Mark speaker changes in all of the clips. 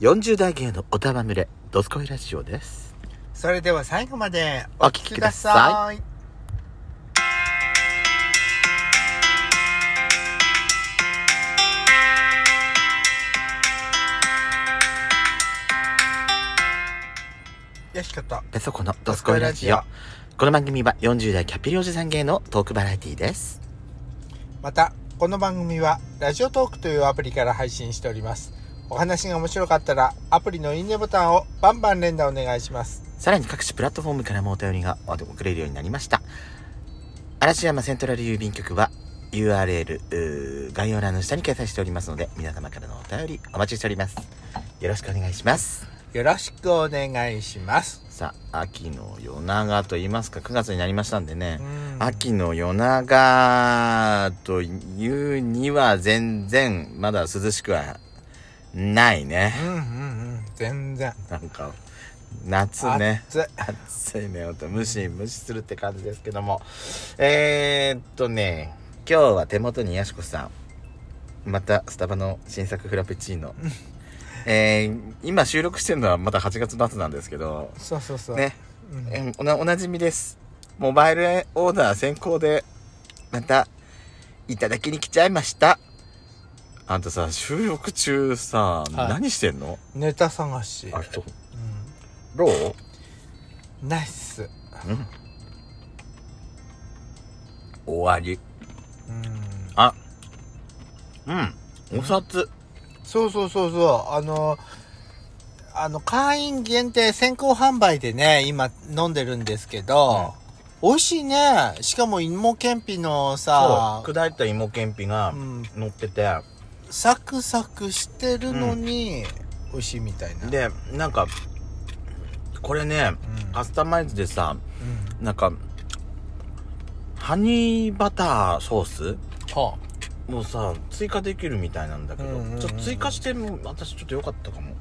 Speaker 1: 40代芸のおたまむれ、ドスコイラジオです。
Speaker 2: それでは最後まで
Speaker 1: お聞きくださ
Speaker 2: い。よしこと。
Speaker 1: ペソコのドスコイラジオ。この番組は40代キャピリおじさん芸のトークバラエティです。
Speaker 2: また、この番組はラジオトークというアプリから配信しております。お話が面白かったら、アプリのいいねボタンをバンバン連打お願いします。
Speaker 1: さらに各種プラットフォームからもお便りが送れるようになりました。嵐山セントラル郵便局は URL、うー概要欄の下に掲載しておりますので、皆様からのお便りお待ちしております。よろしくお願いします。
Speaker 2: よろしくお願いします。
Speaker 1: さあ、秋の夜長と言いますか、9月になりましたんでね。
Speaker 2: うん
Speaker 1: 秋の夜長というには全然まだ涼しくはないね。
Speaker 2: うんうんうん。全然。
Speaker 1: なんか、夏ね。
Speaker 2: 暑い。
Speaker 1: 暑いね。ほんとムシムシするって感じですけども。えー、っとね、今日は手元にやしこさん。またスタバの新作フラペチー ノ。えー、今収録してるのはまだ8月末なんですけど、
Speaker 2: そうそうそう。
Speaker 1: ね、
Speaker 2: うん
Speaker 1: えーおなおなじみですモバイルオーダー先行でまたいただきに来ちゃいましたあんたさ収録中さ、
Speaker 2: い
Speaker 1: 何してんの
Speaker 2: ネタ探し。うん
Speaker 1: そうどう
Speaker 2: ナイス。
Speaker 1: 終わり
Speaker 2: うん
Speaker 1: あうんお札
Speaker 2: そうそうそうそう。あの、あの、会員限定先行販売でね、今飲んでるんですけど、美味しいね。しかも芋けんぴのさ
Speaker 1: そ、う砕いた芋けんぴが
Speaker 2: うん
Speaker 1: 乗ってて、
Speaker 2: サクサクしてるのに、美味しいみたいな。
Speaker 1: でなんかこれね
Speaker 2: うん
Speaker 1: カスタマイズでさなんかハニーバターソース
Speaker 2: は
Speaker 1: もうさ追加できるみたいなんだけど、
Speaker 2: うんうんうん
Speaker 1: ちょっと追加しても私ちょっと良かったかも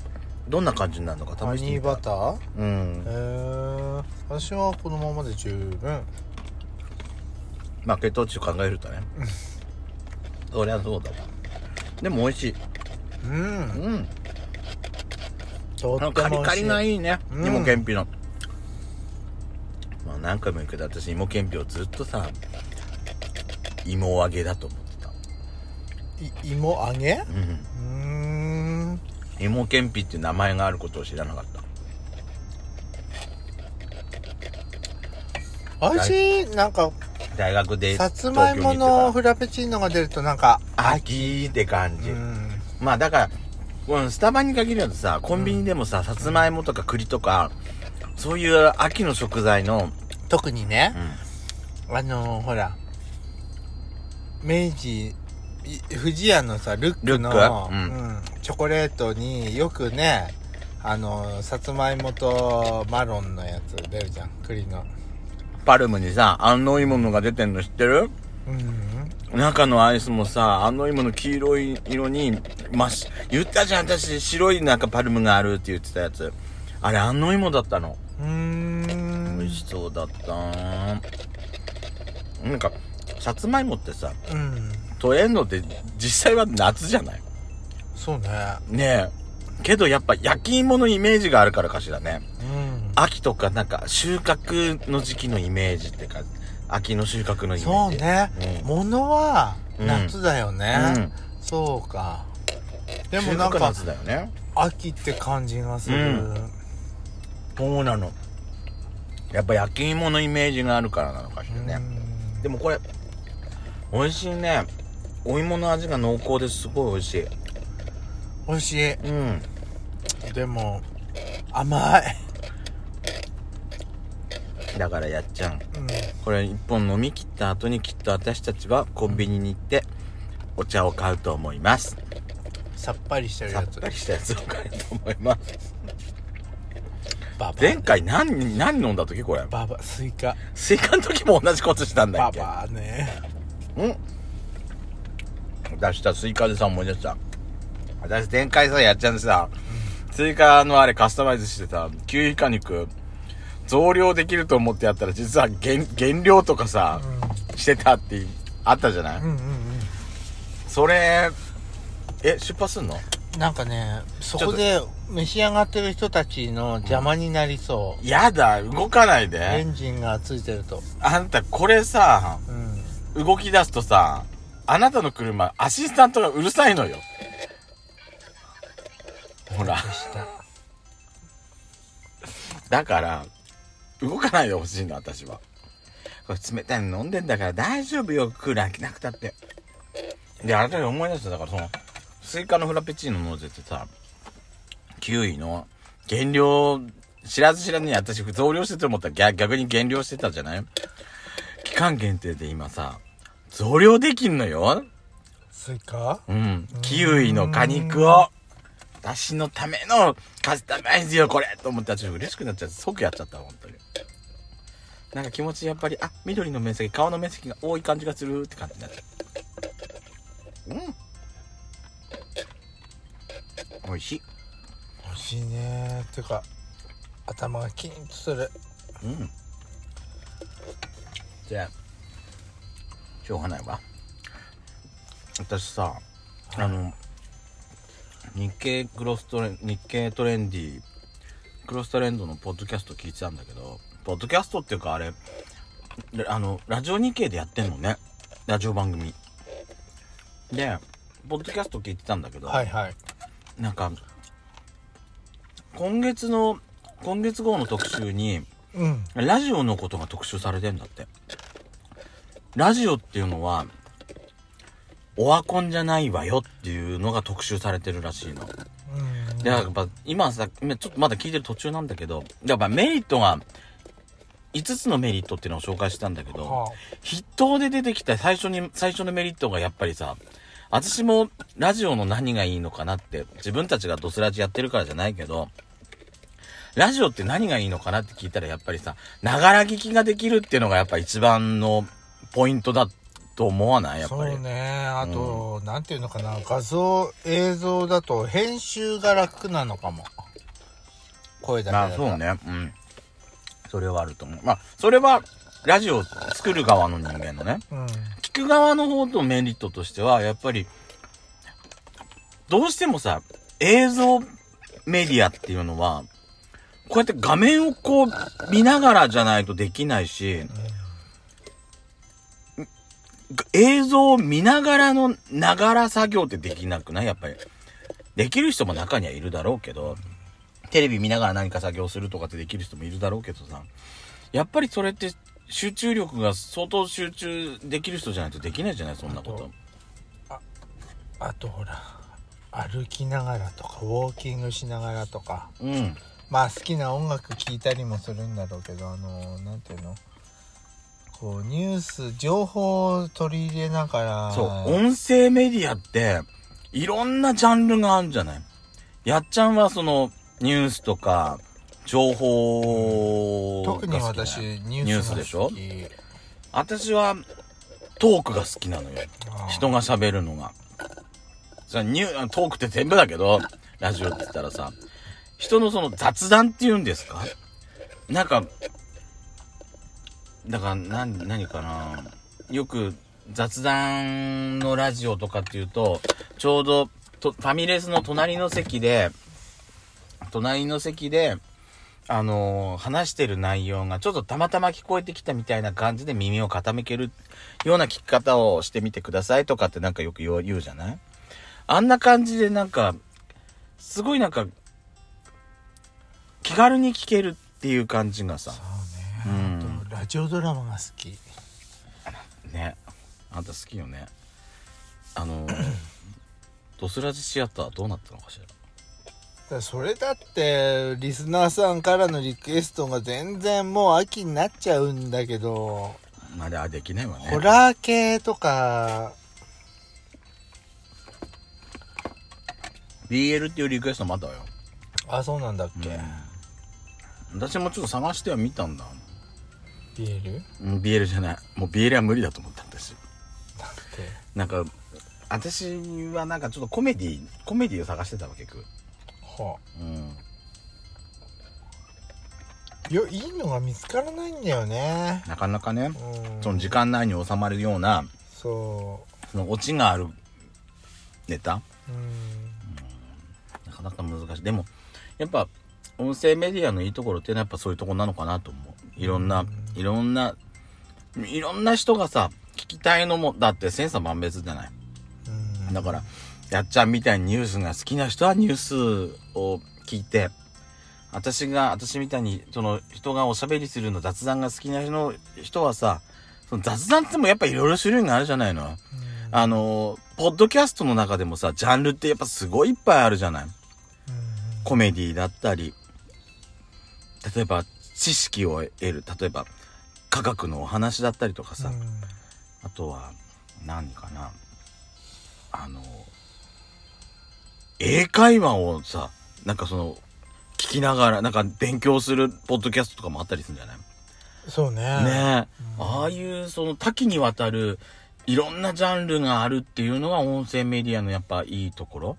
Speaker 1: どんな感じになるのか
Speaker 2: あ、ハ
Speaker 1: 試して
Speaker 2: ニ
Speaker 1: み
Speaker 2: ー
Speaker 1: たい
Speaker 2: バター
Speaker 1: うん
Speaker 2: へー私はこのままで十分。
Speaker 1: まあ血糖値考えると ねそりゃそうだわでも美味しい
Speaker 2: うん。
Speaker 1: うん
Speaker 2: と
Speaker 1: なん
Speaker 2: って
Speaker 1: かカ
Speaker 2: も
Speaker 1: リ
Speaker 2: 美
Speaker 1: カ
Speaker 2: 味し
Speaker 1: リ
Speaker 2: い。
Speaker 1: がいいね、
Speaker 2: うん
Speaker 1: 芋けんぴのまあ何回も言うけど私芋けんぴをずっとさ芋揚げだと思ってた
Speaker 2: い芋揚
Speaker 1: う
Speaker 2: げ
Speaker 1: ん
Speaker 2: うーん。
Speaker 1: 芋けんぴっていう名前があることを知らなかった
Speaker 2: 美味しい。なんか、
Speaker 1: 大学で
Speaker 2: さつまいものフラペチーノが出るとなんか、
Speaker 1: 秋って感じ、
Speaker 2: うん。
Speaker 1: まあだから、うん、スタバに限るとさ、コンビニでもさ、さつまいもとか栗とか、そういう秋の食材の、
Speaker 2: 特にね
Speaker 1: う、ん、
Speaker 2: あのー、ほら、明治、富士屋のさ、ルックの
Speaker 1: ルックうん
Speaker 2: うんチョコレートによくね、あのー、さつまいもとマロンのやつ出るじゃん、栗の。
Speaker 1: パルムにさ、安納芋のが出てんの知ってる
Speaker 2: うん。
Speaker 1: 中のアイスもさ、安納芋の黄色い色に、ま、し言ったじゃん、私、白いなんかパルムがあるって言ってたやつ。あれ、安納芋だったの。
Speaker 2: うーん。
Speaker 1: 美味しそうだった。なんか、さつまいもってさ、
Speaker 2: うん。
Speaker 1: とえんのって実際は夏じゃない
Speaker 2: そうね。
Speaker 1: ねえ。けどやっぱ焼き芋のイメージがあるからかしらね。
Speaker 2: うん。
Speaker 1: 秋とかなんか収穫の時期のイメージってか、秋の収穫のイメージ。
Speaker 2: そうね。
Speaker 1: うん。
Speaker 2: 物は
Speaker 1: うん
Speaker 2: 夏だよね。
Speaker 1: うん
Speaker 2: そうか。
Speaker 1: で
Speaker 2: で
Speaker 1: も
Speaker 2: もな
Speaker 1: なんん
Speaker 2: か
Speaker 1: 夏だよね。
Speaker 2: 秋って感じがする。
Speaker 1: うんそうなの。やっぱ焼き芋のイメージがあるからなのかしらね。
Speaker 2: うん
Speaker 1: でもこれ、美味しいね。お芋の味が濃厚ですごい美味しい。
Speaker 2: 美味し
Speaker 1: うん。
Speaker 2: い。でも、甘い。
Speaker 1: だからやっちゃん。
Speaker 2: うん
Speaker 1: これ一本飲み切った後にきっと私たちはコンビニに行ってお茶を買うと思います。
Speaker 2: さっぱりしてる
Speaker 1: さ
Speaker 2: や
Speaker 1: っ
Speaker 2: つ
Speaker 1: ぱ。りしたやつを買えると思います。
Speaker 2: ババ
Speaker 1: 前回何、何飲んだ時これ。
Speaker 2: ババ、スイカ。
Speaker 1: スイカの時も同じことしたんだ
Speaker 2: バ
Speaker 1: っけ
Speaker 2: バね。
Speaker 1: うん出した、スイカでさ、思い出した。私前回さ、やっちゃんでさ、スイカのあれカスタマイズしてさ、キウイ果肉、増量できると思ってやったら実は減減量とかさ、してたって、あったじゃない、
Speaker 2: うんうんうん。
Speaker 1: それ、え、出発すんの
Speaker 2: なんかねそこで召し上がってる人たちの邪魔になりそう、
Speaker 1: やだ、動かない
Speaker 2: エ
Speaker 1: で。
Speaker 2: ンジンがついてると
Speaker 1: あんた、これさ、
Speaker 2: うん
Speaker 1: 動き出すとさ、あなたの車、アシスタントがうるさいのよ。ほら、
Speaker 2: でした
Speaker 1: だから、動かないでほしいの、私は。これ冷たいの飲んでんだから大丈夫よ、クーラー着なくたって。で、あれだけ思い出した、だからその、スイカのフラペチーノのせてさ、キウイの減量、知らず知らずに私増量してて思ったら逆逆に減量してたじゃない期間限定で今さ、増量できんのよ
Speaker 2: スイカ
Speaker 1: うん。キウイの果肉を、私のためのカスタマイズよ、これと思って、ちょっと嬉しくなっちゃって、即やっちゃった、本当に。なんか気持ち、やっぱり、あ、緑の面積、顔の面積が多い感じがするって感じになっちゃった。うん。美味しい。
Speaker 2: 欲しいねっていうか頭がキーンとする
Speaker 1: うん。じゃあ、しょうがないわ。私さ、あの、日経クロストレン、日経トレンディ、クロストレンドのポッドキャスト聞いてたんだけど、ポッドキャストっていうかあれ、であの、ラジオ日経でやってんのね。ラジオ番組。で、ポッドキャスト聞いてたんだけど、
Speaker 2: はいはい
Speaker 1: なんか、今月の、今月号の特集に、
Speaker 2: うん
Speaker 1: ラジオのことが特集されてんだって。ラジオっていうのは、オワコンじゃないわよっていうのが特集されてるらしいの。
Speaker 2: うん
Speaker 1: で、やっぱ今さ、今ちょっとまだ聞いてる途中なんだけど、やっぱメリットが、5つのメリットっていうのを紹介したんだけど、
Speaker 2: は
Speaker 1: 筆頭で出てきた最初に、最初のメリットがやっぱりさ、私もラジオの何がいいのかなって、自分たちがドスラジやってるからじゃないけど、ラジオって何がいいのかなって聞いたらやっぱりさ、ながら聞きができるっていうのがやっぱ一番のポイントだと思わない
Speaker 2: あ
Speaker 1: やっ
Speaker 2: そ
Speaker 1: ぱり。
Speaker 2: うねあと、なんていうのかな画像映像だと編集が楽なのかも声だけ
Speaker 1: ま
Speaker 2: だ
Speaker 1: あ
Speaker 2: と
Speaker 1: そうね。うん。それはあると思う。まあ、それは、ラジオを作る側の人間のね。
Speaker 2: うん
Speaker 1: 聞く側の方とメリットとしては、やっぱり、どうしてもさ、映像メディアっていうのは、こうやって画面をこう見ながらじゃないとできないし、映像を見ながらのながら作業ってできなくないやっぱり。できる人も中にはいるだろうけど、テレビ見ながら何か作業するとかってできる人もいるだろうけどさ、やっぱりそれって集中力が相当集中できる人じゃないとできないじゃないそんなこと
Speaker 2: あと。あとほら歩きながらとかウォーキングしながらとか
Speaker 1: うん。
Speaker 2: まあ好きな音楽聴いたりもするんだろうけどあのなんていうのこうニュース情報を取り入れながら
Speaker 1: そう。音声メディアって、いろんなジャンルがあるんじゃないやっちゃんはその、ニュースとか、情報が好
Speaker 2: 特
Speaker 1: き
Speaker 2: に
Speaker 1: なの
Speaker 2: 私ニュ
Speaker 1: ニュー
Speaker 2: ー
Speaker 1: ス
Speaker 2: スが
Speaker 1: でしょ
Speaker 2: 好き
Speaker 1: 私は、トークが好きなのよ。
Speaker 2: あー
Speaker 1: 人が喋るのが。さニュートークって全部だけど、ラジオって言ったらさ、人のその雑談って言うんですかなんか、だから、な、何かなよく雑談のラジオとかっていうと、ちょうどと、ファミレスの隣の席で、隣の席で、あのー話してる内容がちょっとたまたま聞こえてきたみたいな感じで耳を傾けるような聞き方をしてみてくださいとかってなんかよく言う言うじゃないあんな感じでなんか、すごいなんか、気軽に聞けるっていう感じがさ、
Speaker 2: そうね、あとラジオドラマが好き
Speaker 1: ね。あんた好きよね。あのー、ドスラジシアターはどうなったのかしら。
Speaker 2: だからそれだってリスナーさんからのリクエストが全然もう秋になっちゃうんだけど、
Speaker 1: まああれはできないわね。
Speaker 2: ホラー系とか
Speaker 1: BL っていうリクエストもあったわよ。
Speaker 2: あそうなんだっけ、
Speaker 1: 私もちょっと探しては見たんだ。
Speaker 2: BL だっ
Speaker 1: うん、BL じゃない。もう BL は無理だと思ったんですよ。
Speaker 2: て
Speaker 1: なんか、私はなんかちょっとコメディ、コメディを探してたわけく。
Speaker 2: は
Speaker 1: うん。
Speaker 2: あよいいのが見つからないんだよね
Speaker 1: なかなかね、
Speaker 2: うん
Speaker 1: その時間内に収まるような、
Speaker 2: そ
Speaker 1: そのオチがあるネタ
Speaker 2: ううん
Speaker 1: なか難しいでもやっぱ音声メディアのいいところっていうのはやっぱそういうところなのかなと思ういろんな、いろんないろんな人がさ聞きたいのもだって千差万別じゃない
Speaker 2: うん
Speaker 1: だからやっちゃんみたいにニュースが好きな人はニュースを聞いて私が私みたいにその人がおしゃべりするの雑談が好きな人の人はさその雑談ってもやっぱいろいろ種類があるじゃないの
Speaker 2: うん
Speaker 1: あのポッドキャストの中でもさジャンルってやっぱすごいいっぱいあるじゃない
Speaker 2: うん
Speaker 1: コメディだったり例えば知識を得る例えば科学のお話だったりとかさ、
Speaker 2: うん
Speaker 1: あとは何かなあの英会話をさなんかその聞きながらなんか勉強するポッドキャストとかもあったりするんじゃない
Speaker 2: そう
Speaker 1: ね
Speaker 2: ね
Speaker 1: え、
Speaker 2: うん
Speaker 1: ああいうその多岐にわたるいろんなジャンルがあるっていうのが音声メディアのやっぱいいところ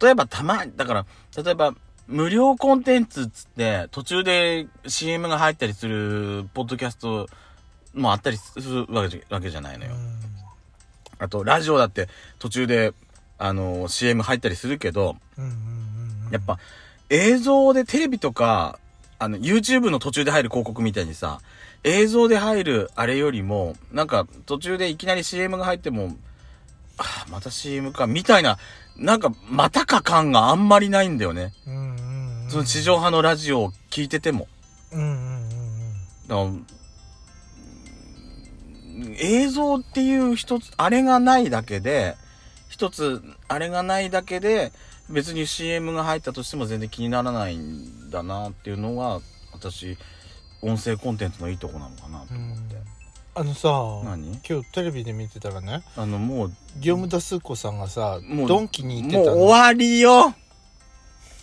Speaker 1: 例えばたまだから例えば無料コンテンツっつって途中で CM が入ったりするポッドキャストもあったりするわけじゃわけじゃないのよ、あとラジオだって途中であの CM 入ったりするけど
Speaker 2: うんうんうんうん
Speaker 1: やっぱ映像でテレビとか、あの、YouTube の途中で入る広告みたいにさ、映像で入るあれよりも、なんか途中でいきなり CM が入っても、ああ、また CM か、みたいな、なんかまたか感があんまりないんだよね。
Speaker 2: うんうんうん
Speaker 1: その地上波のラジオを聞いてても。
Speaker 2: うんうんうんうん
Speaker 1: だからうん映像っていう一つ、あれがないだけで、一つ、あれがないだけで、別に CM が入ったとしても全然気にならないんだなっていうのが、私、音声コンテンツのいいとこなのかなと思って。
Speaker 2: あのさ
Speaker 1: 何
Speaker 2: 今日テレビで見てたらね
Speaker 1: あの、もう、
Speaker 2: 業務田数子さんがさ
Speaker 1: もう
Speaker 2: ドンキに行っ
Speaker 1: も
Speaker 2: て
Speaker 1: う
Speaker 2: たの
Speaker 1: 終わりよ